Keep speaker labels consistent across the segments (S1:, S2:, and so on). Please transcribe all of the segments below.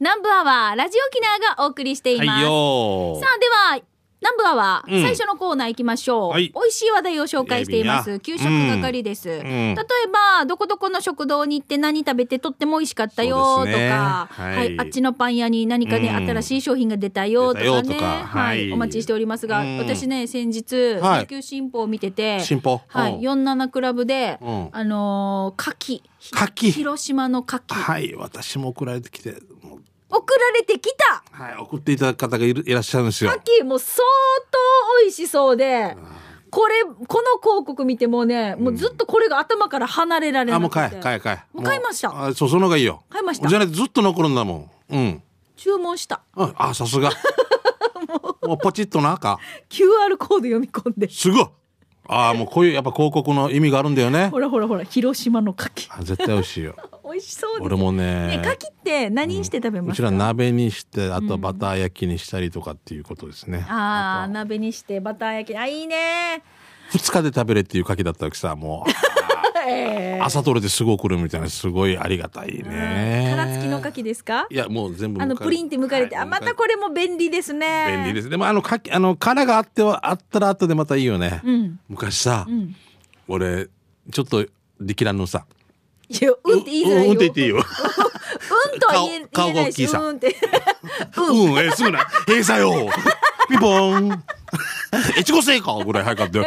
S1: 南部アワーラジオキナーがお送りしています、
S2: はいよー
S1: さあでは南部アワー、
S2: うん
S1: 最初のコーナー行きましょう、
S2: はい
S1: 美味しい話題を紹介しています
S2: いいね
S1: 給食係です、
S2: ん
S1: 例えばどこどこの食堂に行って何食べてとっても美味しかったよ
S2: そう
S1: と
S2: で
S1: か
S2: すね
S1: は
S2: はいい
S1: あっちのパン屋に何かね、
S2: うん
S1: 新しい商品が出たよとか
S2: 出た
S1: ね
S2: よとか
S1: は
S2: はいい
S1: お待ちしておりますが、
S2: うん
S1: 私ね先日
S2: はい
S1: 野球新報を見てて、
S2: 新報
S1: は
S2: う
S1: い、
S2: ん
S1: 47クラブで、
S2: うん
S1: あのー、牡蠣ひ
S2: 牡蠣
S1: 広島の牡蠣、
S2: はい私も送られてきてもう
S1: 送られてきた
S2: はい送っていただく方がいるいらっしゃるんですよ
S1: 牡蠣も相当美味しそうで、これ、この広告見てもね、もうずっとこれが頭から離れられな
S2: あ
S1: くて。
S2: もう買え買え買え
S1: もう買いました
S2: もうあそうその方がいいよ
S1: 買いました
S2: じゃないとずっと残るんだもんうん
S1: 注文した。
S2: ああさ すがもうポチッとなか
S1: QR コード読み込んで。
S2: すごいああもうこういうやっぱ広告の意味があるんだよね
S1: ほらほらほら、広島の牡蠣。
S2: あ絶対美味し いよ
S1: 美味しそうです。
S2: 俺もね
S1: ね、牡蠣って何して食べ
S2: う
S1: ま
S2: ち
S1: す
S2: ら
S1: か、
S2: 鍋にしてあとバター焼きにしたりとかっていうことですね、
S1: ああ、鍋にしてバター焼き。あ、いい ね。
S2: 2日で食べれっていう牡蠣だったわけさも
S1: え
S2: う朝取れてすぐ送るみたいなすごいありがたいね
S1: 殻付きの牡蠣ですか
S2: いやもう全部
S1: あの、プリンって剥かれて。あ、またこれも便利です
S2: れ
S1: ね。
S2: 便利ですでもあの牡蠣あの殻があってはあったら後でまたいいよね、
S1: うん。
S2: 昔さ、
S1: ん
S2: 俺ちょっと力らんのさ
S1: いや、うんって言いづらいよ。
S2: うんって言っていいよ
S1: うんとは言え
S2: 顔
S1: 言えないし、
S2: 顔が大
S1: う
S2: きいさ
S1: んって。
S2: うん、えー、すぐない。閉鎖よ。ピンポーン。越後製かぐらい早かったよ。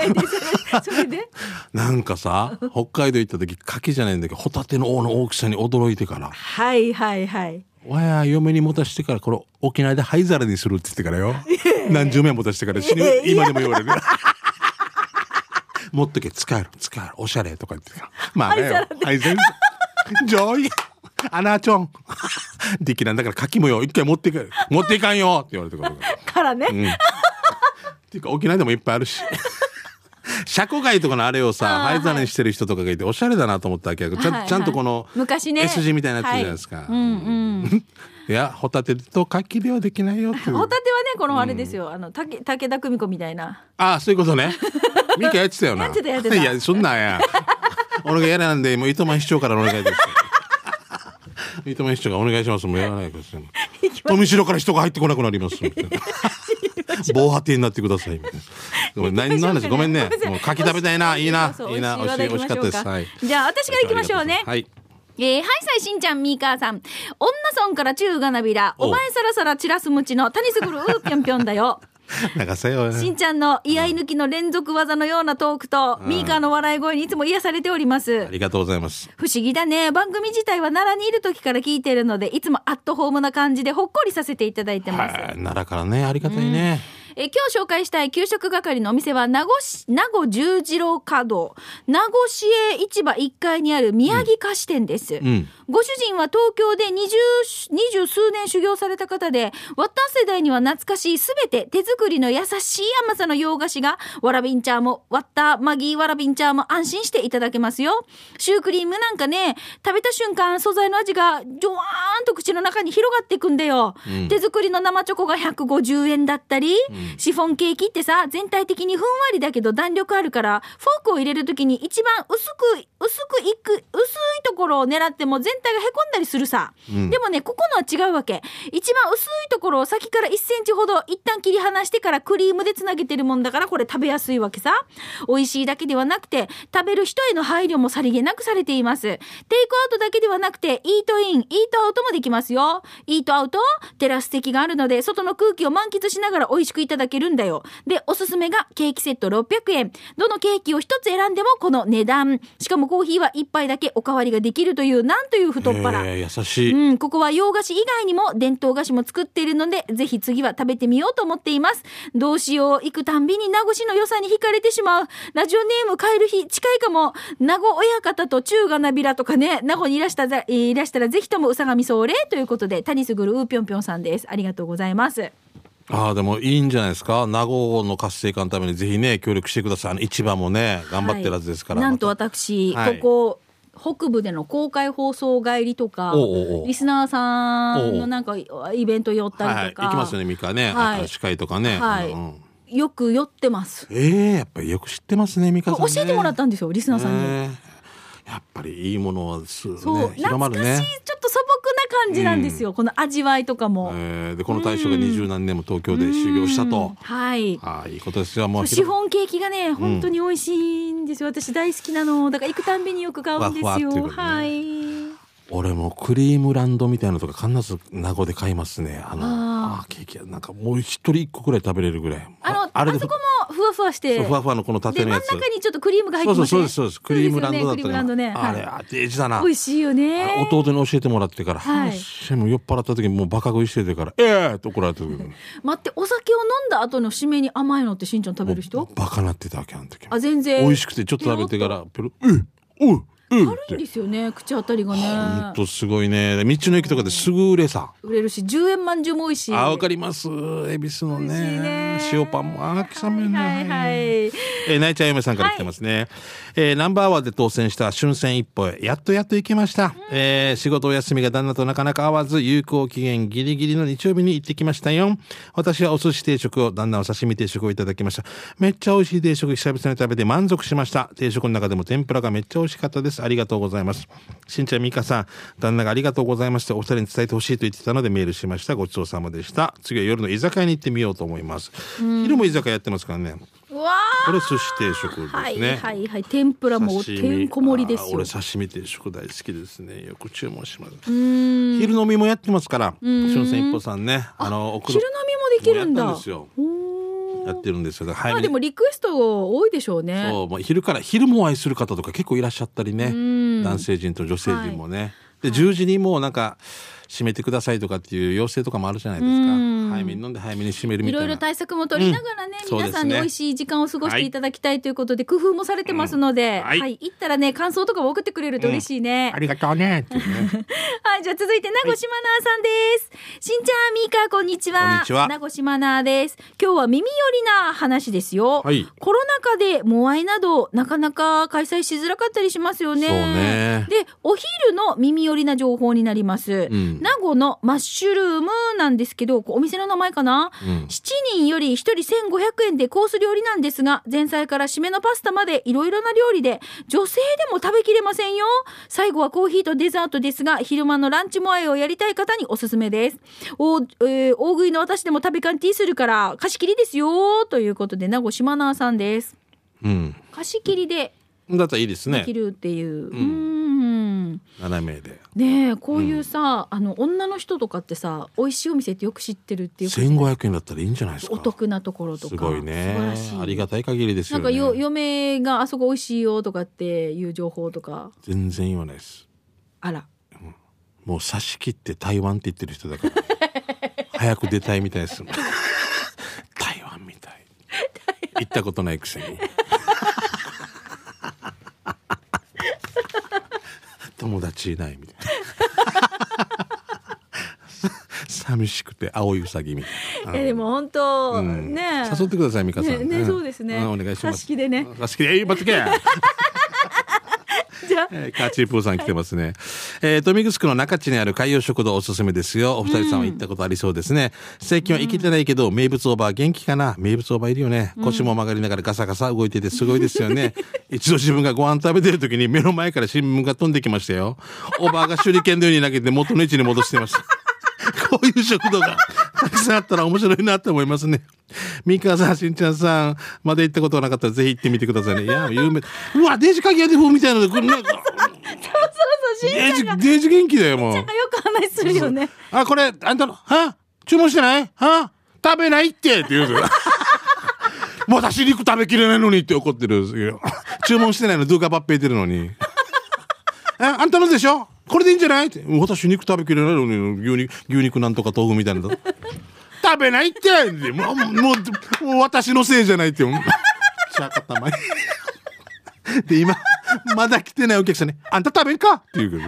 S1: それで
S2: なんかさ、北海道行った時、牡蠣じゃないんだけど、ホタテの王の大きさに驚いてから、
S1: はいはいはい。
S2: わや、嫁に持たしてから、これ、沖縄で灰皿にするって言ってから よ。何十名持たしてから、死ぬ、今でも言われる。持っとけ、使える、使える、おしゃれとか言ってさ。まあね、灰皿。上位。アナチョン。 できない。だから、牡蠣もよ、一回持ってく、持っていかんよって言われたことが。
S1: からね。
S2: うんっていうか沖縄でもいっぱいある し車庫外とかのあれをさ
S1: あー
S2: 灰皿にしてる人とかがいておしゃれだなと思ったわけよちゃん
S1: はいはい
S2: ちゃんとこの
S1: 昔ね
S2: S 字みたいなやつじゃないですか、
S1: はいうんうん。
S2: いやホタテと牡蠣ではできないよっていう
S1: ホタテはね、このあれですよ。あの、たけ、武田久美子みたいな。
S2: ああそういうことねミカやってたよな
S1: やってたやってた
S2: いやそんなんや俺が嫌なんでもう糸満市長からお願いです糸満市長がお願いしますもうやらないでください
S1: 行きま
S2: 富城から人が入ってこなくなります。防波堤になってください。ごめん、何の話、ごめんね。もう柿食べたいな、いいな、いいな、美味しい、美味しかったです。はい。
S1: じゃあ、私から行きましょうね。
S2: はい。
S1: えー、はいさいしんちゃんみーかーさん女村から中がなびら
S2: お
S1: お前さらさらちらすむちの谷すぐるうーぴょんぴょんだよ
S2: なんかさよ。
S1: しんちゃんの居合抜きの連続技のようなトークと
S2: ん
S1: みーかーの笑い声にいつも癒されております
S2: ありがとうございます。
S1: 不思議だね番組自体は奈良にいる時から聞いてるのでいつもアットホームな感じでほっこりさせていただいてます、
S2: はい、奈良からね、ありがたいね。
S1: え今日紹介したい給食係のお店は名護市名護十字路華道名護市営市場1階にある宮城菓子店です、
S2: うん。
S1: ご主人は東京で 20, 20数年修行された方で私世代には懐かしいすべて手作りの優しい甘さの洋菓子がわらびんちゃーも割ったマギーわらびんちゃーも安心していただけますよシュークリームなんかね食べた瞬間素材の味がジョワーンと口の中に広がっていくんだよ、
S2: うん
S1: 手作りの生チョコが150円だったり、シフォンケーキってさ全体的にふんわりだけど弾力あるからフォークを入れる時に一番薄く薄くいく薄いところを狙っても全体がへこんだりするさ、
S2: うん
S1: でもねここのは違うわけ一番薄いところを先から1センチほど一旦切り離してからクリームでつなげてるもんだからこれ食べやすいわけさ美味しいだけではなくて食べる人への配慮もさりげなくされていますテイクアウトだけではなくてイートインイートアウトもできますよイートアウトテラス席があるので外の空気を満喫しながら美味しくいただけるんだよでおすすめがケーキセット600円どのケーキを一つ選んでもこの値段しかもコーヒーは1杯だけおかわりができるというなんという太っ腹、
S2: えー優しい。
S1: うん、ここは洋菓子以外にも伝統菓子も作っているので、ぜひ次は食べてみようと思っています。どうしよう、行くたんびに名護市の良さに惹かれてしまう。ラジオネーム変える日、近いかも。名護親方と中がなびらとかね、名護にいらしたざ、えーいらしたらぜひともうさがみそうれということで、谷すぐるうーぴょんぴょんさんです。ありがとうございます。
S2: ああ、でもいいんじゃないですか。名護の活性化のためにぜひね、協力してください。あの市場もね、頑張ってるはずですから。
S1: はいなんと
S2: また
S1: 私、
S2: はい
S1: ここ北部での公開放送帰りとか
S2: おうおうおう
S1: リスナーさんのなんかイベント寄った
S2: は
S1: り
S2: い、
S1: とか、
S2: 行きますよね、ミカね、
S1: はい
S2: あと司会とかね。
S1: はい
S2: うん
S1: よく寄ってます
S2: ええやっぱりよく知ってますね、ミカさん、ね。
S1: 教えてもらったんですよリスナーさんに、
S2: ねえやっぱりいいものはす、ね、
S1: そう、
S2: 広ま
S1: 懐
S2: る
S1: かしい、
S2: ね。
S1: ちょっと素朴な感じなんですよ、この味わいとかも、
S2: えーでこの大将が二十何年も東京で修行した
S1: うん
S2: と。
S1: はい
S2: ああいいことですよもう
S1: シ
S2: 広
S1: フォンケーキがね本当に美味しいんですよ、私大好きなのだから行くたんびによく買うんですよ
S2: わふわっていうことね
S1: はい
S2: 俺もクリームランドみたいなのとか必ず名護で買いますねあの
S1: あ
S2: あーケーキはなんかもう一人一個くらい食べれるぐらい
S1: あのあ
S2: れで
S1: そこもふわふわして
S2: そうふわふわのこの
S1: で
S2: 縦の
S1: 真ん
S2: やつ
S1: 中にちょっとクリームが入
S2: そ
S1: っ
S2: う
S1: て
S2: そう
S1: ます
S2: そう
S1: ね
S2: ですそうですクリームランドだった
S1: そうですよねクリーム
S2: か
S1: ランドね
S2: なあれ
S1: は、
S2: あデージだない
S1: 美味しいよね
S2: あれ弟に教えてもらってから、
S1: はい
S2: 話も酔っ払った時にもうバカ食いしててから「ええ!」って怒られた時に
S1: 待ってお酒を飲んだ後の締めに甘いのってしんちゃん食べる人
S2: バカなってたわけあの時も
S1: あ全然
S2: 美味しくてちょっと食べてから「ペロうんうんうん」っ
S1: いいんで
S2: て
S1: すよね口当たりが
S2: ほん
S1: ね
S2: とすごいね道の駅とかですぐ売れさ
S1: 売れるし10円まんじゅうも美味しい
S2: あわかります恵比寿の
S1: 美味しい
S2: ね
S1: ね
S2: 塩パンもあ秋
S1: は
S2: 雨
S1: い
S2: ね
S1: はいはい
S2: えー、ナイチャー嫁さんから来てますね。えーナンバーワンで当選した春戦一歩へ、やっとやっと行きました。えー仕事お休みが旦那となかなか合わず、有効期限ギリギリの日曜日に行ってきましたよ。私はお寿司定食を、旦那は刺身定食をいただきました。めっちゃ美味しい定食久々に食べて満足しました。定食の中でも天ぷらがめっちゃ美味しかったです。ありがとうございます。しんちゃん、みかさん、旦那がありがとうございました。お二人に伝えてほしいと言ってたのでメールしました。ごちそうさまでした。次は夜の居酒屋に行ってみようと思います。昼も居酒屋やってますからね。
S1: うわー
S2: これ寿司定食ですね。
S1: はいはいはい天ぷらも
S2: 刺身
S1: てんこ盛りです
S2: あー
S1: よ
S2: 俺刺身定食大好きですね。よく注文します。昼飲みもやってますから、春戦一歩さんね、あの送る
S1: 昼飲みもできるんだ
S2: もうやったんですよ
S1: ほー
S2: やってるんですよ。だから
S1: ま
S2: 早
S1: あ
S2: め
S1: で
S2: に
S1: もリクエスト多いでしょうね
S2: そうもう昼から昼もお会いする方とか結構いらっしゃったりね、男性陣と女性陣もね。で10時にもうなんか閉めてくださいとかっていう要請とかもあるじゃないですか。早めに飲んで早めに閉めるみ
S1: い
S2: たいな。
S1: ろいろ対策も取りながらね、
S2: うんそうですね
S1: 皆さんに美味しい時間を過ごしていただきたいということで、工夫もされてますので、
S2: んは
S1: はいい、行ったらね、感想とかも送ってくれると嬉しいね。
S2: ありがとうねっていうね。
S1: はい、じゃあ続いて、名越マナーさんです。しんちゃん、みーか、こんにちは。
S2: こんにちは
S1: 名越マナーです。今日は耳寄りな話ですよ。
S2: はい
S1: コロナ禍で、モアイなど、なかなか開催しづらかったりしますよね。
S2: そうね
S1: で、お昼の耳寄りな情報になります。
S2: ん
S1: 名護のマッシュルームなんですけど、こうお店の名前かな、
S2: うん
S1: 7人より1人1500円でコース料理なんですが、前菜から締めのパスタまでいろいろな料理で、女性でも食べきれませんよ。最後はコーヒーとデザートですが、昼間のランチモアイをやりたい方におすすめです。おえー大食いの私でも食べカンティーするから、貸し切りですよ。ということで、名護島奈さんです。
S2: うん。
S1: 貸し切りで
S2: だったらいいですね
S1: でき。るっていう。うーん
S2: 7名で。
S1: ねえこういうさ、あの女の人とかってさ美味しいお店ってよく知ってるっていうか
S2: 1500円だったらいいんじゃないですか
S1: お得なところとか
S2: すごいね
S1: 素晴らしい
S2: ありがたい限りです
S1: な
S2: よ
S1: ん
S2: ね
S1: かよ嫁があそこ美味しいよとかっていう情報とか
S2: 全然言わないです
S1: あら
S2: もう差し切って台湾って言ってる人だから早く出たいみたいです台湾みたい行ったことないくせに友達いないみたいな寂しくて青いウサギみたいな
S1: えでも本当、
S2: うん
S1: ねえ
S2: 誘ってください、美香さん。
S1: ねね
S2: ん
S1: そうですね
S2: んお願いします。
S1: 差し木でね。
S2: 差し木で、えい、待ってけ。
S1: じゃあ
S2: えーカーチープーさん来てますね。えー、豊見城の中地にある海洋食堂おすすめですよ。お二人さんは行ったことありそうですね。最近は生きてないけど、名物オーバー元気かな名物オーバーいるよね。腰も曲がりながらガサガサ動いててすごいですよね。一度自分がご飯食べてる時に目の前から新聞が飛んできましたよ。オーバーが手裏剣のように投げて元の位置に戻してました。 こういう食堂がたくさんあったら面白いなって思いますね。三河さん、しんちゃんさん、まだ行ったことがなかったらぜひ行ってみてくださいね。いや、有名。うわ、電子鍵屋で風みたいなのこん な。
S1: そうそうそうしんち
S2: デージ、デージ元気だよ、もう
S1: ゃん。がよく話するよね
S2: あ、これ、あんたの、は注文してないは食べないってって言うんですよ。 私肉食べきれないのにって怒ってるんですよ。注文してないの、ドゥーカバッペいてるのに。ああんたのでしょこれでいいんじゃないって。私肉食べきれないのに、牛肉、牛肉なんとか豆腐みたいなの。食べないってってもう、もう、もう私のせいじゃない って。ちゃかったまい。で、今、まだ来てないお客さんに、あんた食べんかって言うけど、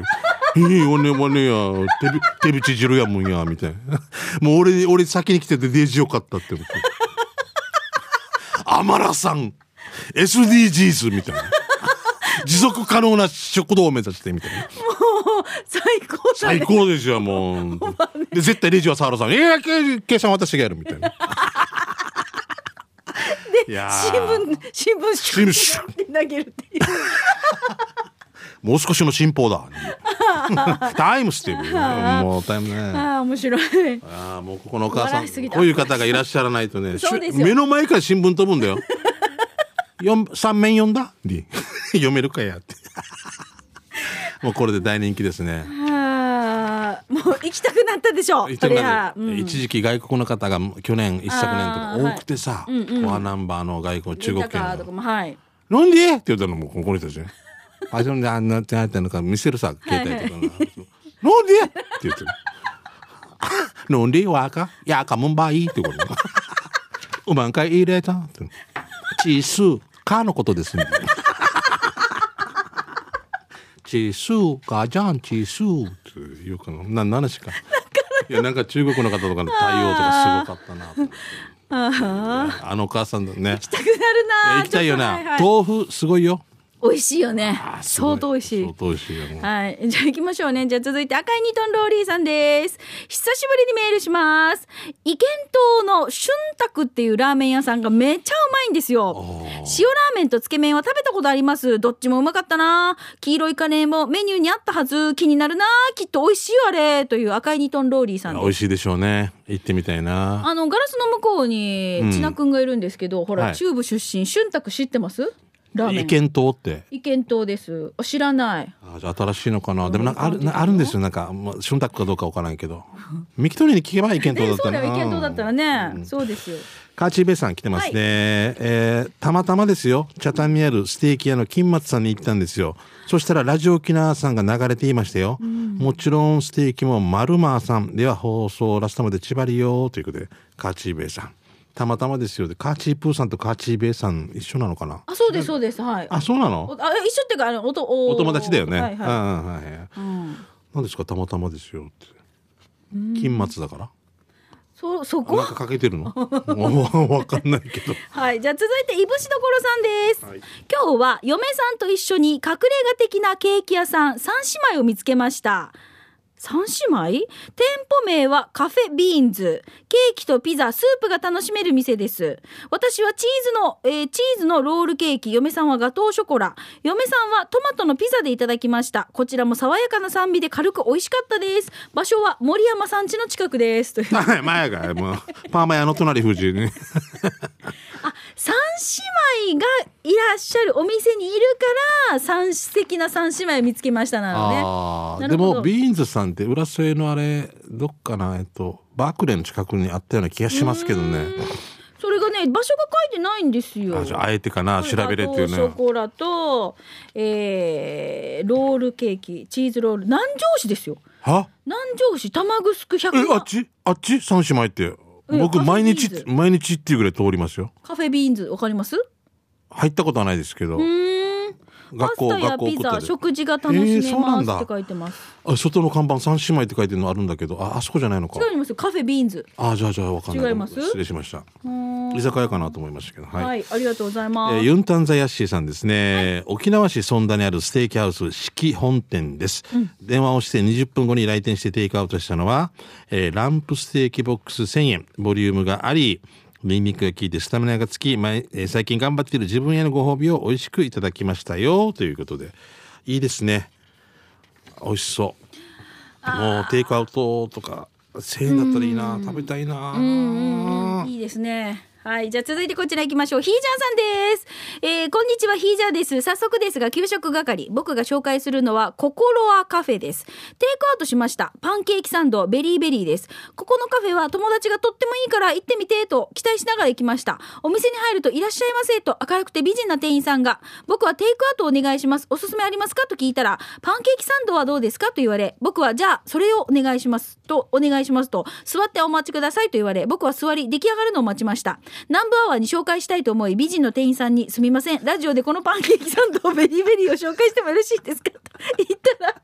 S2: ええおねわねや、手び、手びち汁やもんや、みたいな。もう俺、俺先に来ててデージよかったって思って。あまらさん、SDGs みたいな。持続可能な食堂を目指してみたいな。
S1: 最高だ
S2: 最
S1: ね
S2: 高ですよ、もう。で、絶対レジはサーラさん。いや、け計算私がやるみたいな。いやー
S1: 新聞新聞シュッシュッって投げるっていう
S2: もう少しの進歩だタイムステップもうタイムね
S1: ああ面白い
S2: ああもうここのお母さ
S1: 笑いすぎ
S2: ん
S1: た
S2: こういう方がいらっしゃらないと ね
S1: そうですよ
S2: しゅ目の前から新聞飛ぶんだよ 四三面読んだで 読めるかやって もうこれで大人気ですね
S1: あーもう行きたくなったでしょ
S2: 一
S1: そりゃ、うん
S2: 一時期外国の方が去年一昨
S1: あ
S2: 年と
S1: ー
S2: か多くてさ、コアナンバーの外国中国
S1: レンタ
S2: 圏
S1: カーとか
S2: の
S1: もはい
S2: 「なんで?」って言ったのもこの人たち ね「あそんであんなってなったのか見せるさ携帯とかの「なんで?」って言ってる「なんでわかいやかもんばい」ってこと「おまんかい入れた」って「チースかのことですね」チースーかじゃんチースーっていうかなな何の話かいやなんか中国の方とかの対応とかすごかったなと
S1: あー
S2: あのお母さんだね
S1: 行きたくなるなー
S2: 行きたいよ
S1: ちょっ
S2: な、
S1: とはいはい
S2: 豆腐すごいよ
S1: 美味しいよね
S2: すご
S1: 相当美味しい
S2: 相当美味しいよ。
S1: はい。 じゃあ行きましょうね。じゃあ続いて赤いニトンローリーさんです。久しぶりにメールします。意見島の春卓っていうラーメン屋さんがめっちゃうまいんですよ。塩ラーメンとつけ麺は食べたことあります。どっちもうまかったな。黄色いカレーもメニューにあったはず。気になるな。きっと美味しいよあれ。という赤いニトンローリーさん
S2: 美
S1: です。
S2: 味しいでしょうね。行ってみたいな。
S1: あの、ガラスの向こうに千奈くんがいるんですけど、ほら、
S2: はい
S1: 中部出身、春卓知ってますラーメ
S2: 意
S1: ン。
S2: 見通って。
S1: 意見島です。あ知らない。
S2: あじゃあ新しいのかな。でもなんかあるなあるんですよ。なんかまあ春卓かどうかわからんけど。ミキトリに聞けば意見通だ
S1: ね
S2: っ
S1: そ
S2: た
S1: うだ
S2: ら。
S1: よ、意見島だったら
S2: うん。
S1: ね。そうですよ。
S2: カーチーベイさん来てますね。えーたまたまですよ。チャタンにあるステーキ屋の金松さんに行ったんですよ。そしたらラジオ沖縄さんが流れていましたよ。もちろんステーキもマルマーさんでは放送ラストまで縛りよということでカーチーベイさん。たまたまですよ。でカーチープーさんとカーチーベイさん一緒なのかな。
S1: あ、そうです、そうです、はい。
S2: あ、そうな
S1: お
S2: の。
S1: あ、え一緒っていうか、あの、おと、お
S2: お友達だよね。
S1: はい、は
S2: うんうんはいはい。
S1: い。うん。
S2: なんですか、たまたまですよって。金松だから。
S1: そ、そこ
S2: なん。かかけてるの。 わわかんないけど。
S1: はい、じゃあ、続いて、いぶしどころさんです。
S2: はい
S1: 今日は嫁さんと一緒に、隠れ家的なケーキ屋さん、三姉妹を見つけました。三姉妹店舗名はカフェビーンズ。ケーキとピザ、スープが楽しめる店です。私はチーズの、えーチーズのロールケーキ、嫁さんはガトーショコラ、嫁さんはトマトのピザでいただきました。こちらも爽やかな酸味で軽く美味しかったです。場所は森山さん家の近くです。という
S2: はい、前が、もう、パーマ屋の隣富士ね。
S1: 三姉妹がいらっしゃるお店にいるから、三素敵な三姉妹を見つけましたなのね。
S2: ああ、
S1: な
S2: で
S1: るほど
S2: も、ビーンズさんって、浦添のあれ、どっかな、えっと、バークレーの近くにあったような気がしますけどね。
S1: それがね、場所が書いてないんですよ。
S2: あ、じゃあ、あえてかな、調べれっていう
S1: ガトーショ
S2: ね。
S1: コラと、えー、ロールケーキチーズロール南城市ですよ
S2: は。
S1: 南城市玉城
S2: え、
S1: 100
S2: あっち、あっち、三姉妹って。
S1: うん
S2: 僕、
S1: カフェ
S2: 毎
S1: ビーンズ
S2: 日、毎日っていうぐらい通りますよ。
S1: カフェビーンズわかります
S2: 入ったことはないですけど
S1: う。ーんパ
S2: 学
S1: ス
S2: 校、
S1: タや
S2: 学校
S1: ピ
S2: 送った
S1: ザ
S2: り。
S1: 食事が楽し
S2: え
S1: め
S2: ーそうな
S1: ま
S2: ん
S1: す
S2: だ
S1: って書いてます、
S2: あ外の看板三姉妹って書いてるのあるんだけどああそこじゃないのか
S1: 違いますよカフェビーンズ
S2: あじゃあじゃあわかんない
S1: 違います
S2: 失礼しました
S1: うーん
S2: 居酒屋かなと思いましたけどはい、
S1: はいありがとうございます、
S2: えーユンタンザヤッシーさんですね、沖縄市ソンダにあるステーキハウス四季本店です、電話をして20分後に来店してテイクアウトしたのは、えーランプステーキボックス1000円ボリュームがありニンニクが効いてスタミナがつき、前えー最近頑張っている自分へのご褒美を美味しくいただきましたよということでいいですね美味しそうもうテイクアウトとか1000円だったらいいな食べたいな
S1: うんいいですね。はい。じゃあ続いてこちら行きましょう。ヒージャーさんです。えー、こんにちは、ヒージャーです。早速ですが、給食係。僕が紹介するのは、ココロアカフェです。テイクアウトしました。パンケーキサンド、ベリーベリーです。ここのカフェは友達がとってもいいから行ってみて、と期待しながら行きました。お店に入ると、いらっしゃいませ、と明るくて美人な店員さんが、僕はテイクアウトお願いします。おすすめありますかと聞いたら、パンケーキサンドはどうですかと言われ、僕はじゃあ、それをお願いします。と、お願いしますと、座ってお待ちくださいと言われ、僕は座り、出来上がるのを待ちました。南部アワーに紹介したいと思い、美人の店員さんに、すみません、ラジオでこのパンケーキサンドをベリーベリーを紹介してもよろしいですかと言ったら、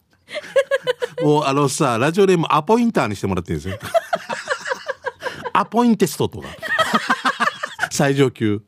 S2: もうあのさ、ラジオネームアポインターにしてもらっていい ですよ。 アポインテストとか。最上級。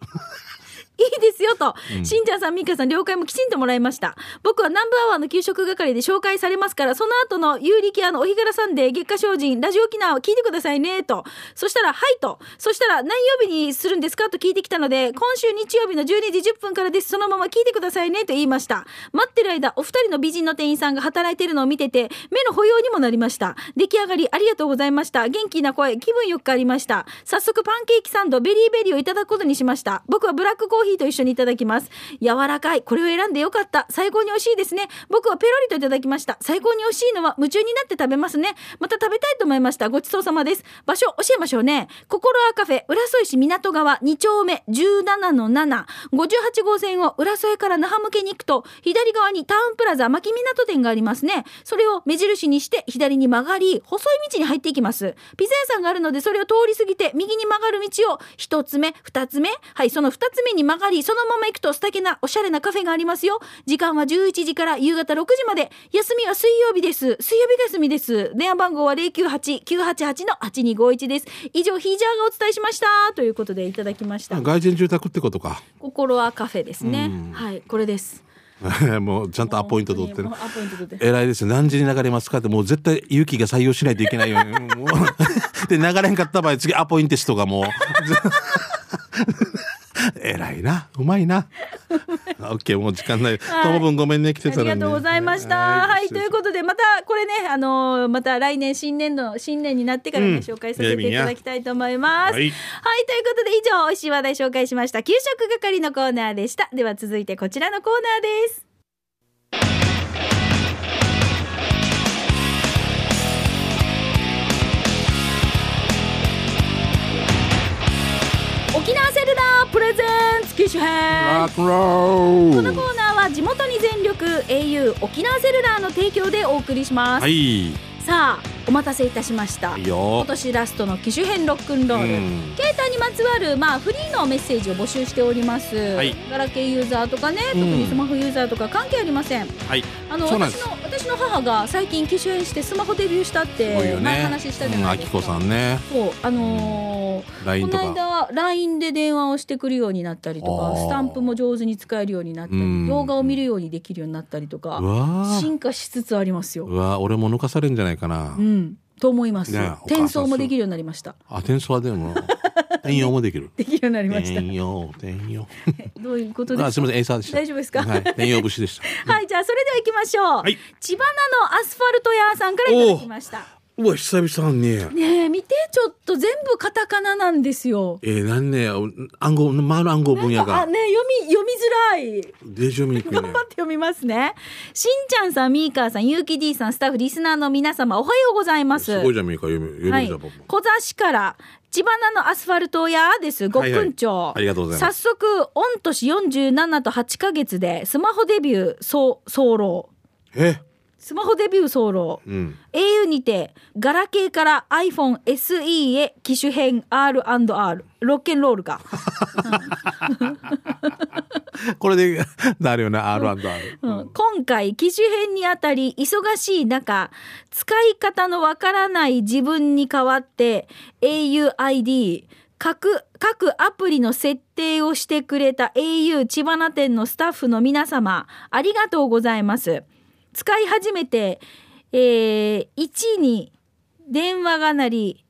S1: いいですよとと、しんちゃんさん、みかさん、了解もきちんともらいました。僕は南部アワーの給食係で紹介されますから、その後の有力屋のお日柄さんで月下精進、ラジオ沖縄を聞いてくださいね、と。そしたら、はいと。そしたら、何曜日にするんですかと聞いてきたので、今週日曜日の12時10分からです。そのまま聞いてくださいね、と言いました。待ってる間、お二人の美人の店員さんが働いてるのを見てて、目の保養にもなりました。出来上がりありがとうございました。元気な声、気分よくありました。早速パンケーキサンド、ベリーベリーをいただくことにしました。僕はブラックコーヒーと一緒にいただきます。柔らかい。これを選んでよかった。最高に美味しいですね。僕はペロリといただきました。最高に美味しいのは夢中になって食べますね。また食べたいと思いました。ごちそうさまです。場所教えましょうね。心はカフェ、浦添市港川2丁目17の7。58号線を浦添から那覇向けに行くと、左側にタウンプラザ牧港店がありますね。それを目印にして左に曲がり、細い道に入っていきます。ピザ屋さんがあるので、それを通り過ぎて、右に曲がる道を一つ目、二つ目、はい、その二つ目に曲がり、そのまま行くと素敵なおしゃれなカフェがありますよ。時間は11時から夕方6時まで。休みは水曜日です。水曜日が休みです。電話番号は098-988-8251です。以上、ヒージャーがお伝えしました。ということでいただきました。
S2: 外人住宅ってことか
S1: 心はカフェですね。はい、これです。
S2: もうちゃんとアポイント取ってる
S1: もうアポイント取ってる
S2: 偉いですよ何時に流れますかってもう絶対勇気が採用しないといけないよねもうで流れんかった場合次アポインテストがもう 偉いなうまいなオッケーもう時間ない
S1: はい
S2: ともぶんごめんね来てた
S1: あ
S2: のに
S1: り
S2: ね
S1: がとうございました。
S2: は
S1: はいい、ということで、またこれね、あのーまた来年新年度、新年になってからね、
S2: うん
S1: 紹介させていただきたいと思います。
S2: や
S1: はいい、とい
S2: やいや
S1: うことで、以上、美味しい話題紹介しました。給食係のコーナーでした。では、続いてこちらのコーナーです。沖縄セルラープレゼンツ機種編
S2: ラックンロ
S1: こ
S2: ー
S1: の
S2: ル
S1: コーナーは地元に全力 au 沖縄セルラーの提供でお送りします、
S2: はいい
S1: さあお待たせいたしました
S2: い
S1: 今
S2: よ
S1: 年ラストの機種編ロックンロール、
S2: うん
S1: 携帯にまつわる、まあ、フリーのメッセージを募集しております、
S2: い
S1: ガラケーユーザーとかね特にスマホユーザーとか関係ありません、
S2: はい
S1: あの
S2: そうなん
S1: 私
S2: です
S1: の私の母が最近機種変してスマホデビューしたっ
S2: すごい
S1: て
S2: よ
S1: 前
S2: ね
S1: 話したじゃ
S2: うん
S1: な
S2: あ
S1: いで
S2: き
S1: すか、
S2: こさんね
S1: そうあのー
S2: LINE
S1: ことの
S2: か
S1: 間 LINE で電話をしてくるようになったりと
S2: あ
S1: か
S2: ー
S1: スタンプも上手に使えるようになった
S2: う
S1: り
S2: ん
S1: 動画を見るようにできるようになったりと
S2: う
S1: か
S2: わー
S1: 進化しつつありますよ。
S2: うわー俺も抜かされんじゃないかな
S1: うん、と思います
S2: ねえお母さん。
S1: 転送もできるようになりました。
S2: あ転送はで も転用もできる
S1: できるようになりました。
S2: 転用転用
S1: どういうことで
S2: あ
S1: す
S2: すみませんエイサーでした
S1: 大丈夫ですか
S2: はい転用節でした
S1: はい、じゃあそれでは行きましょう。
S2: はい
S1: 千葉なのアスファルト屋さんからいただきました。
S2: うわ久々にね
S1: ねえ、見て、ちょっと全部カタカナなんですよ。
S2: えー、なんね暗号前の暗号分野
S1: あ、
S2: が
S1: ねえ、読み、読みづらい。
S2: デジョミく
S1: 頑
S2: ね
S1: 張って読みますね。しんちゃんさん、みーかーさん、ゆうき D さん、スタッフ、リスナーの皆様、おはようございます。
S2: すごいじゃんミカ読み読
S1: は
S2: み
S1: い
S2: じゃん僕も、。
S1: 小座市から、千葉菜のアスファルト屋です。ご訓長、
S2: はいはいありがとうございます
S1: 早速、御年47と8ヶ月で、スマホデビュー、そう、早漏。
S2: え
S1: スマホデビュー早漏。
S2: うん、
S1: au にてガラケーから iPhone SE へ機種変 R&R ロッケンロールか
S2: これで なるよね R&R、う
S1: うん今回機種変にあたり忙しい中使い方のわからない自分に代わって auID 各各アプリの設定をしてくれた au 千葉な店のスタッフの皆様ありがとうございます使い始めて、えー1に電話が鳴り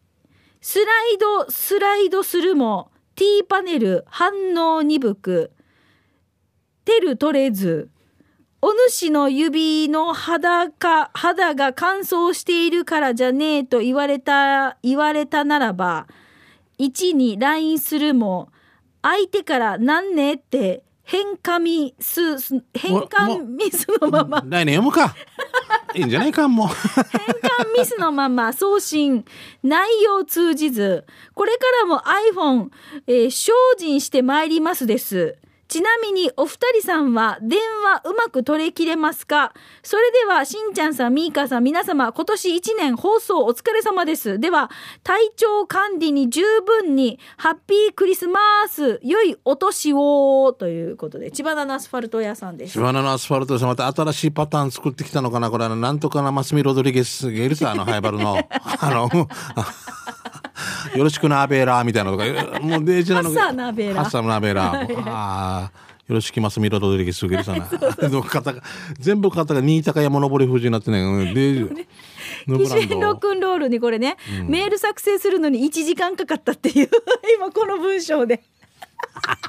S1: スライドスライドするも T パネル反応鈍くテル取れずお主の指の肌か肌が乾燥しているからじゃねえと言われた言われたならば1に LINE するも相手から「なんね?」って変紙すす変換ミスのまま
S2: 来年読む かいいんじゃないかもう
S1: 変換ミスのまま送信内容通じずこれからも iPhone、えー精進してまいりますですちなみにお二人さんは電話うまく取れきれますかそれではしんちゃんさんみーかーさん皆様今年1年放送お疲れ様ですでは体調管理に十分にハッピークリスマス良いお年をということで千葉田のアスファルト屋さんです
S2: シバナのアスファルトですまた新しいパターン作ってきたのかなこれあのなんとかなマスミロドリゲスゲルサーのハイバルの あのよろしくなアベーラーみたいなのとかもうデージなの
S1: ハッサーナベーラー
S2: ハッサーナベーラーあーよろしくます、ミラドドリゲス・ウゲルさん。の方が、全部方が新高山登り富士になってないので、
S1: キシンロックンロールにこれね、メール作成するのに1時間かかったっていう 今この文章で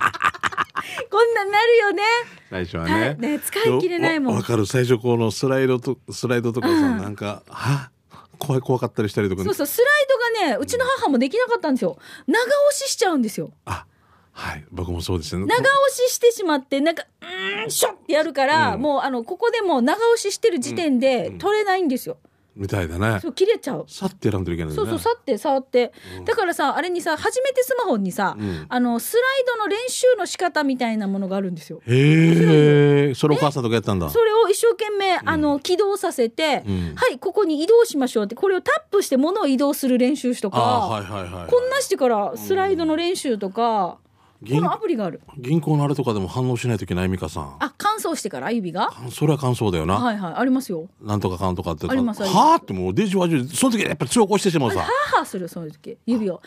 S1: こんなんなるよね
S2: 最初は
S1: はい
S2: ね
S1: ね使い切れないもん
S2: わわかる最初このスライドとスライドとかさ、なんかは怖い怖かったりしたりとか
S1: そうそうスライドがねうちの母もできなかったんですよ長押ししちゃうんですよ
S2: あはい僕もそうですね
S1: 長押ししてしまってなんか「うーんしょ」ってやるから、
S2: うん
S1: もうあのここでもう長押ししてる時点で
S2: ん
S1: 取れないんですよ、
S2: みたいだね
S1: そう切れちゃう
S2: さって選んでるいけないんだ
S1: そう
S2: ね
S1: そう、さって触って、だからさ、あれにさ、初めてスマホにさ、
S2: うん
S1: あのスライドの練習の仕方みたいなものがあるんですよ。
S2: へえそれお母さんとかやったんだ
S1: それを一生懸命、あの起動させて、
S2: うん
S1: はい、ここに移動しましょうって、これをタップして物を移動する練習とか。
S2: あーはいはいはい
S1: こんなしてから、スライドの練習とか、
S2: 銀
S1: このアプリがある。
S2: 銀行のあれとかでも反応しないといけない美香さん
S1: あ、乾燥してから、指が。
S2: あそれは感想だよな、
S1: はいはい、ありますよ。
S2: なんとかかんとかって
S1: ありますあります
S2: はあってもうデジワジその時やっぱり強行してしまうさ
S1: ハーハーする、その時、指を。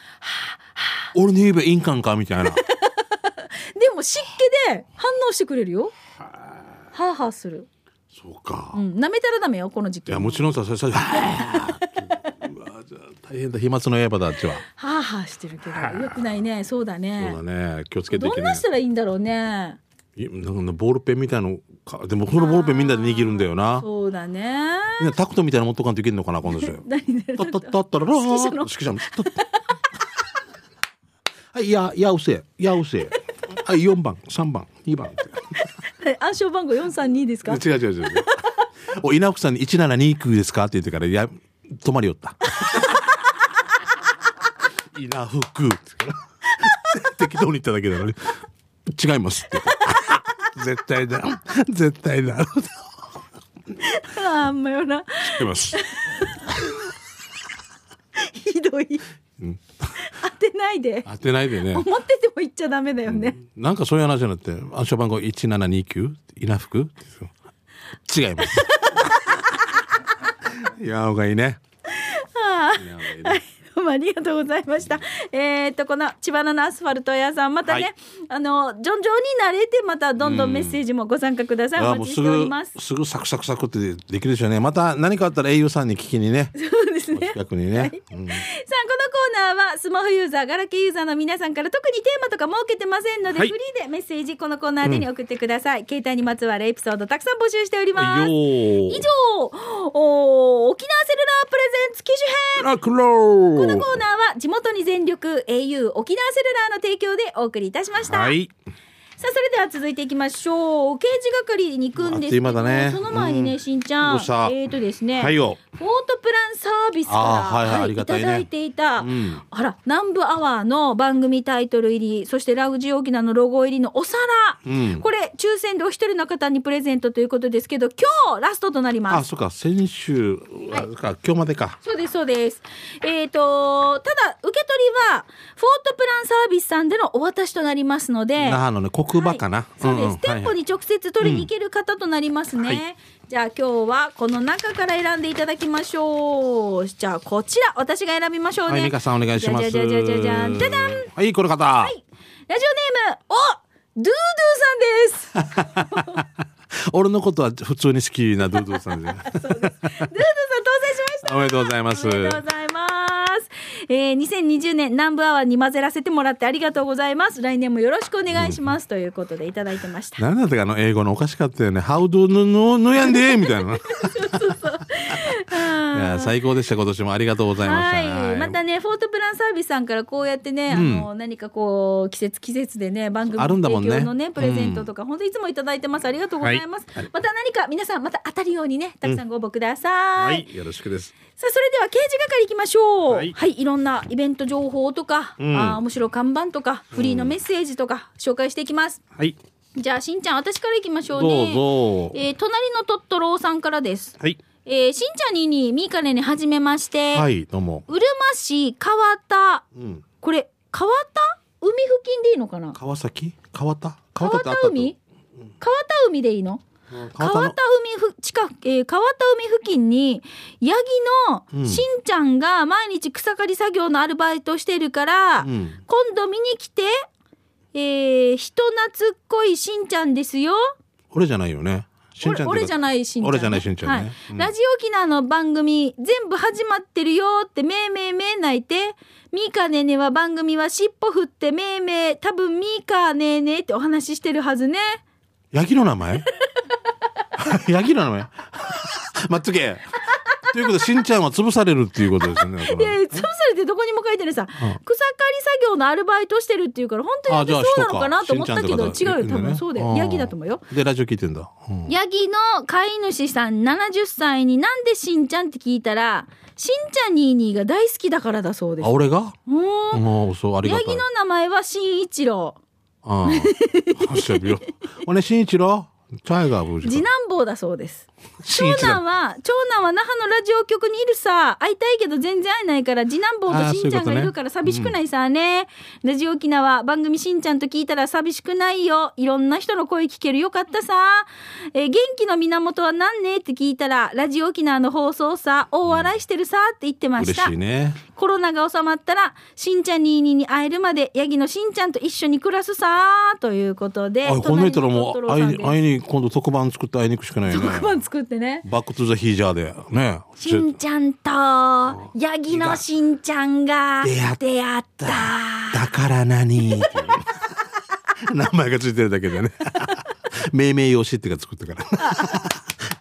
S2: 俺に言えばいいんかんかみたいな
S1: でも、湿気で反応してくれるよ。ハーハーする。
S2: そうか、
S1: うん、舐めたらダメよ、この時期。
S2: いやもちろんさ最初うわじゃあ大変だ飛沫の刃だあっちは
S1: はあはあしてるけど、よくないね、そうだね。
S2: そうだね気をつけてい
S1: ど
S2: け
S1: ん
S2: な
S1: ないしたらいいんだろうね。
S2: いなんかボールペンみたいのかでもこのボールペンみんなで握るんだよな
S1: そうだね。
S2: みんなタクトみたいなの持っとかんといけんのかな今度じゃ
S1: 何
S2: タッタッタッタララー
S1: 指揮者の
S2: 指揮者の タッタッはいいややうせえやうせえはい4番3番2番
S1: 暗証番号四三二ですか。
S2: 違う違う違う違うお稲福さんに172空ですかって言ってからいや止まりよった 稲福 って言うから適当に言っただけなのに違いますって言う絶対だ絶対だ
S1: あんまよな、
S2: 違います
S1: ひどい。当てないで。
S2: 当てないでね
S1: 思ってても言っちゃダメだよね。
S2: なんかそういう話になって暗証番号1729稲福って言う 違いますやおがいいねやおがいいね
S1: どうもありがとうございました。えっ、と、この千葉のアスファルト屋さん、またね、
S2: はい
S1: あの、徐々に慣れて、またどんどんメッセージもご参加ください。
S2: あ
S1: お
S2: もう
S1: 待ち
S2: す
S1: しており
S2: ぐ
S1: ます。
S2: すぐサクサクサクってできるでしょうねまた何かあったら英雄さんに聞きにね
S1: そうですね。
S2: 逆にね、
S1: さあこ
S2: うん
S1: のコーナーはスマホユーザーガラケーユーザーの皆さんから特にテーマとか設けてませんので、
S2: はい
S1: フリーでメッセージこのコーナーでに送ってください、携帯にまつわるエピソードたくさん募集しております
S2: よ
S1: 以上お沖縄セルラープレゼンツ機種編
S2: ラクロ
S1: このコーナーは地元に全力 au 沖縄セルラーの提供でお送りいたしました、
S2: はい
S1: さあそれでは続いていきましょう刑事係に行くんですけ
S2: あ
S1: ど
S2: っという間だね
S1: その前にね、
S2: うん
S1: しんちゃん
S2: どうした
S1: えーとですね、
S2: はいよ
S1: フォートプランサービスから
S2: あーはいはいあり
S1: い
S2: が
S1: た
S2: たいね
S1: だいていた、
S2: うん
S1: あら南部アワーの番組タイトル入りそしてラグジー沖縄のロゴ入りのお皿、
S2: うん
S1: これ抽選でお一人の方にプレゼントということですけど今日ラストとなりま
S2: あ
S1: す
S2: そうか先週、あそうか今日までか
S1: そうですそうですえっ、とただ受け取りはフォートプランサービスさんでのお渡しとなりますので
S2: 那覇のね黒馬かな、
S1: はいそうです、
S2: んん
S1: 店舗
S2: はい
S1: に直接取りに行ける方となりますね、
S2: はい
S1: じゃあ今日はこの中から選んでいただきましょうじゃあこちら私が選びましょう
S2: はい
S1: ね
S2: 美香さんお願いします
S1: じゃじゃじゃじゃじゃんじゃじゃん
S2: はいこの方、
S1: ラジオネームおドゥードゥさんです。
S2: 俺のことは普通に好きなドゥドゥさ んで
S1: ド
S2: す
S1: ゥードゥさん当選しました。
S2: おめでとうございます
S1: おめでとうございます。えー、2020年南部アワーに混ぜらせてもらってありがとうございます。来年もよろしくお願いします、ということでいただいてました。
S2: 何だったかあの英語のおかしかったよね「How do you know のやんで」み たいないや最高でした今年もありがとうございました、
S1: はい、またねフォートプランサービスさんからこうやってね、あの何かこう季節季節でね番組
S2: あるんだも
S1: 提
S2: んね
S1: 供のねプレゼントとか、本当いつもいただいてますありがとうございます、また何か皆さんまた当たるようにねたくさんご応募くださ、
S2: はいい、よろしくです。
S1: さあそれでは刑事係行きましょうは、
S2: はいい
S1: い、ろんなイベント情報とか、
S2: うん
S1: あー面白看板とかフリーのメッセージとか紹介していきます、
S2: はい、
S1: じゃあしんちゃん私から行きましょうね
S2: どうぞ。
S1: えー隣のトットローさんからです、
S2: はい、
S1: えーしんちゃんににみーかねにはじめまして、
S2: はい、どうも。
S1: うるま市川田
S2: うん、
S1: これ川田海付近でいいのかな
S2: 川崎、川田、川
S1: 川田
S2: 田ってあったと
S1: 海川田海でいいの
S2: うん
S1: 川
S2: 川
S1: 田
S2: 田
S1: 海
S2: の
S1: ふ近く、えー川田海付近にヤギ
S2: う
S1: の
S2: ん
S1: しんちゃんが毎日草刈り作業のアルバイトしてるから、
S2: うん
S1: 今度見に来てえー、人懐っこいしんちゃんですよ。
S2: 俺じゃないよねしんちゃん
S1: 俺俺じゃ
S2: い
S1: ないしんちゃん、
S2: 俺じゃないしんちゃんね
S1: はい
S2: うん
S1: ラジオ沖縄の番組全部始まってるよってめいめいめい泣いてミーカーねーねーは番組は尻尾振ってめいめい多分ミーカーねーねーってお話ししてるはずね
S2: ヤギの名前 ヤギの名前待っとけということでしんちゃんは潰されるっていうことですねこ
S1: い
S2: れ
S1: やいや潰されてどこにも書いてないさ、草刈り作業のアルバイトしてるっていうから本当
S2: あ
S1: に
S2: じゃあ
S1: そうなのかな
S2: 人
S1: と思ったけど違
S2: しんちゃん
S1: う
S2: って
S1: よ
S2: 方
S1: 多分そうだ
S2: いる
S1: よ
S2: んね
S1: ヤギだと思うよ
S2: でラジオ聞いてんだ、うん
S1: ヤギの飼い主さん70歳になんでしんちゃんって聞いたらしんちゃんにーにーが大好きだからだそうです
S2: あ俺が
S1: もう
S2: もうそうありが
S1: ヤ
S2: たい
S1: ギの名前は新一郎
S2: ああ。おしゃべよ。おね、しんいちろチャイガーブー
S1: 次男坊だそうです
S2: 長
S1: 長男は長男は那覇のラジオ局にいるさ会いたいけど全然会えないから次男坊としんちゃんがいるから寂しくないさねラジオ沖縄番組しんちゃんと聞いたら寂しくないよいろんな人の声聞けるよかったさ、えー元気の源は何ねって聞いたらラジオ沖縄の放送さ大笑いしてるさって言ってました、
S2: 嬉しいね。
S1: コロナが収まったらしんちゃんにーにーに会えるまでヤギのしんちゃんと一緒に暮らすさーということで
S2: あ、こんな人ら
S1: 隣の
S2: もう
S1: トトロ
S2: 会
S1: さ
S2: い
S1: んで
S2: に、
S1: す
S2: 会いに、今度特番作って会いに行くしかないね。
S1: 特番作ってね
S2: バックトゥザヒージャーで。ね。
S1: しんちゃんとヤギのしんちゃんが
S2: 出会った
S1: 出会った
S2: だから何 名前がついてるだ けでね。命名用紙っていうか作ったから。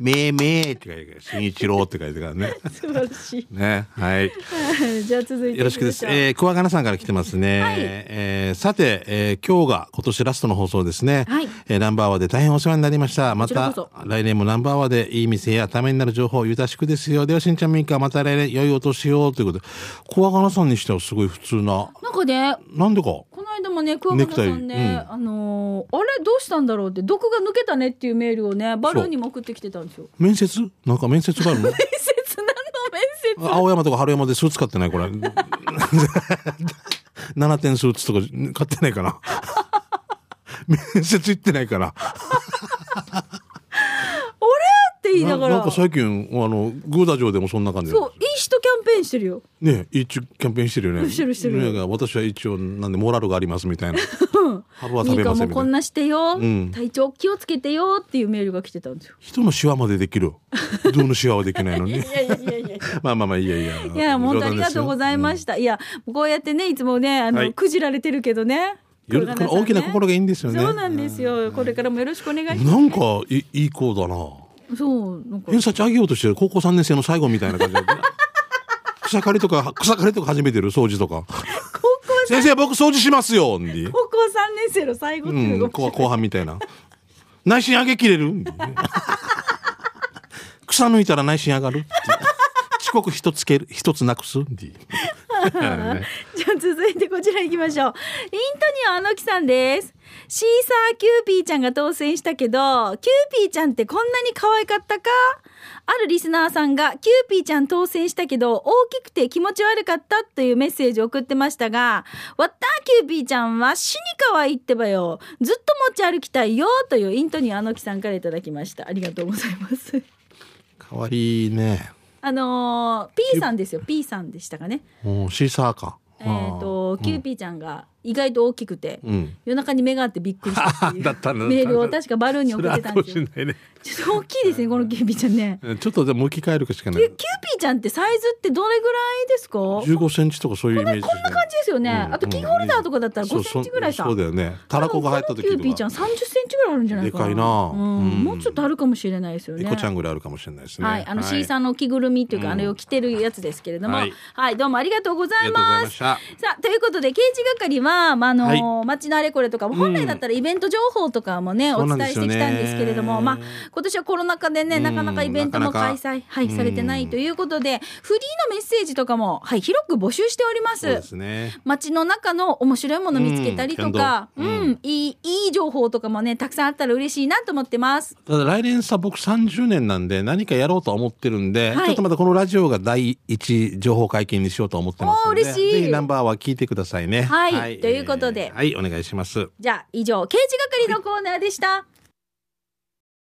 S2: 命名って書いてから、しんいちろって書いてからね。
S1: 素晴らし
S2: ね。はい。
S1: い じゃあ続いて
S2: よろしくです。えー、クワガナさんから来てますね。
S1: はい
S2: えーさて、えー今日が今年ラストの放送ですね。
S1: はい
S2: えーナンバーワンで大変お世話になりました。ま
S1: ちら
S2: た
S1: こ、
S2: 来年もナンバーワンでいい店やためになる情報をゆたしくですよ。では、しんちゃんみーか、また来年良いお年をということで、クワガナさんにしてはすごい普通な、
S1: なんかね
S2: なんでか。
S1: この間もね桑原さん
S2: ネクタイ
S1: ね
S2: う、
S1: あのーあれどうしたんだろうって毒が抜けたねっていうメールをねバルーンにも送ってきてたん ですよ
S2: 面接なんか面接があ るの
S1: 面接何の面接
S2: あ青山とか春山でスーツ買ってないこれ。7点スーツとか買ってない かな。面接行ってないから。
S1: 俺って言いなが
S2: な
S1: ら
S2: んか
S1: そうい
S2: 最近あのグーダ城でもそんな感じ
S1: い人キャンペーンしてるよ
S2: ね一応キャンペーンしてるよね
S1: してるしてる
S2: ね私は一応なんでモラルがありますみた いな幅は
S1: ミ
S2: 食べ
S1: カ
S2: ませ
S1: も
S2: んみ
S1: こ
S2: たい
S1: ん
S2: な
S1: なしてよ、
S2: ん
S1: 体調気をつけてよっていうメールが来てたんですよ
S2: 人のシワまでできるどのシワはできないのに
S1: いやいやいや
S2: まあまあまあいいやいや
S1: いや、本当ありがとうございま
S2: し
S1: した。いや、こうやってね、いつもね、あの、
S2: はい
S1: くじられてるけどね。黒
S2: より
S1: 金さんね
S2: 大きな心がいいんですよね
S1: そうなんですよ。これからもよろしくお願いしま
S2: なんかいいい子だな
S1: す。そう、なんか。
S2: 偏差値上げようとしてる高校3年生の最後みたいな感じで 草刈りとか草刈りとか始めてる掃除とか
S1: 高校、
S2: 先生僕掃除しますよに
S1: 高校三年生の最後っていう
S2: う
S1: のが
S2: ん、後後半みたいな内心上げきれる 草抜いたら内心上がる遅刻一つける一つなくす
S1: じゃあ続いてこちら行きましょう。イントニオあのきさんです。シーサーキューピーちゃんが当選したけど、キューピーちゃんってこんなに可愛かったかあるリスナーさんが、キューピーちゃん当選したけど、大きくて気持ち悪かったというメッセージを送ってましたが、わったーキューピーちゃんは死に可愛いってばよ。ずっと持ち歩きたいよというイントニオあのきさんからいただきました。ありがとうございます。
S2: かわいいね
S1: あのー、P さんですよ。P さんでしたかね。
S2: もうシーサーか
S1: えー、とキューピーちゃんが意外と大きくて、
S2: ん
S1: 夜中に目があってびっ くりしたっていう
S2: だったんだ
S1: メールを確かバルーンに
S2: そ
S1: 送
S2: れ
S1: っ
S2: は
S1: てたんですよ。
S2: ないね
S1: ちょっと大きいですねこのキューピーちゃんね。
S2: ちょっとでも向き変えるしかな
S1: キュ
S2: い
S1: ーピーちゃんってサイズってどれぐらいですか？こんな
S2: 15センチとかそういうイメージこん
S1: 感じですよね。あとキーホルダーとかだったら5センチぐらいさ。
S2: そうそうそうだよねたらこが入った
S1: 多分
S2: 時
S1: このキューピーち
S2: と
S1: ゃん
S2: か
S1: 30センチぐらいあるんじゃないかな。
S2: でかいな
S1: うん
S2: うん
S1: もうちょっとあるかもしれないですよ
S2: リ
S1: ね。
S2: コちゃんぐらいあるかもしれないですね
S1: はい、あの C
S2: ー
S1: さんの着ぐるみというか、あれを着てるやつですけれども、は
S2: はいい、
S1: どうもありがとうござ
S2: あ
S1: い
S2: りがとうござ
S1: ま
S2: い
S1: す
S2: ま。した
S1: さあということで刑事係は、まああの
S2: は
S1: 街のあれこれとかも本来だったらイベント情報とかもね、
S2: そうな
S1: お
S2: ん
S1: 伝え
S2: で
S1: して
S2: すよね
S1: きたんですけれども、まあ、今年はコロナ禍でね
S2: うん
S1: なかなかイベントも
S2: なか
S1: 開
S2: なか
S1: 催、はい、
S2: うん
S1: されてないということでフリーのメッセージとかも、はい、広く募集しておりま。
S2: そうですすね
S1: 街の中の面白いもの見つけたりとか、う
S2: うんん
S1: いいいい情報とかもねたくさんあったら嬉しいなと思ってます。
S2: ただ来年さ僕30年なんで何かやろうとは思ってるんで、
S1: はい
S2: ちょっとまたこのラジオが第一情報解禁にしようと思ってますので
S1: おー嬉しい
S2: ぜひナンバーは聞いてくださいね
S1: はいということで
S2: えーはいお願いします
S1: じゃあ以上刑事係のコーナーでした。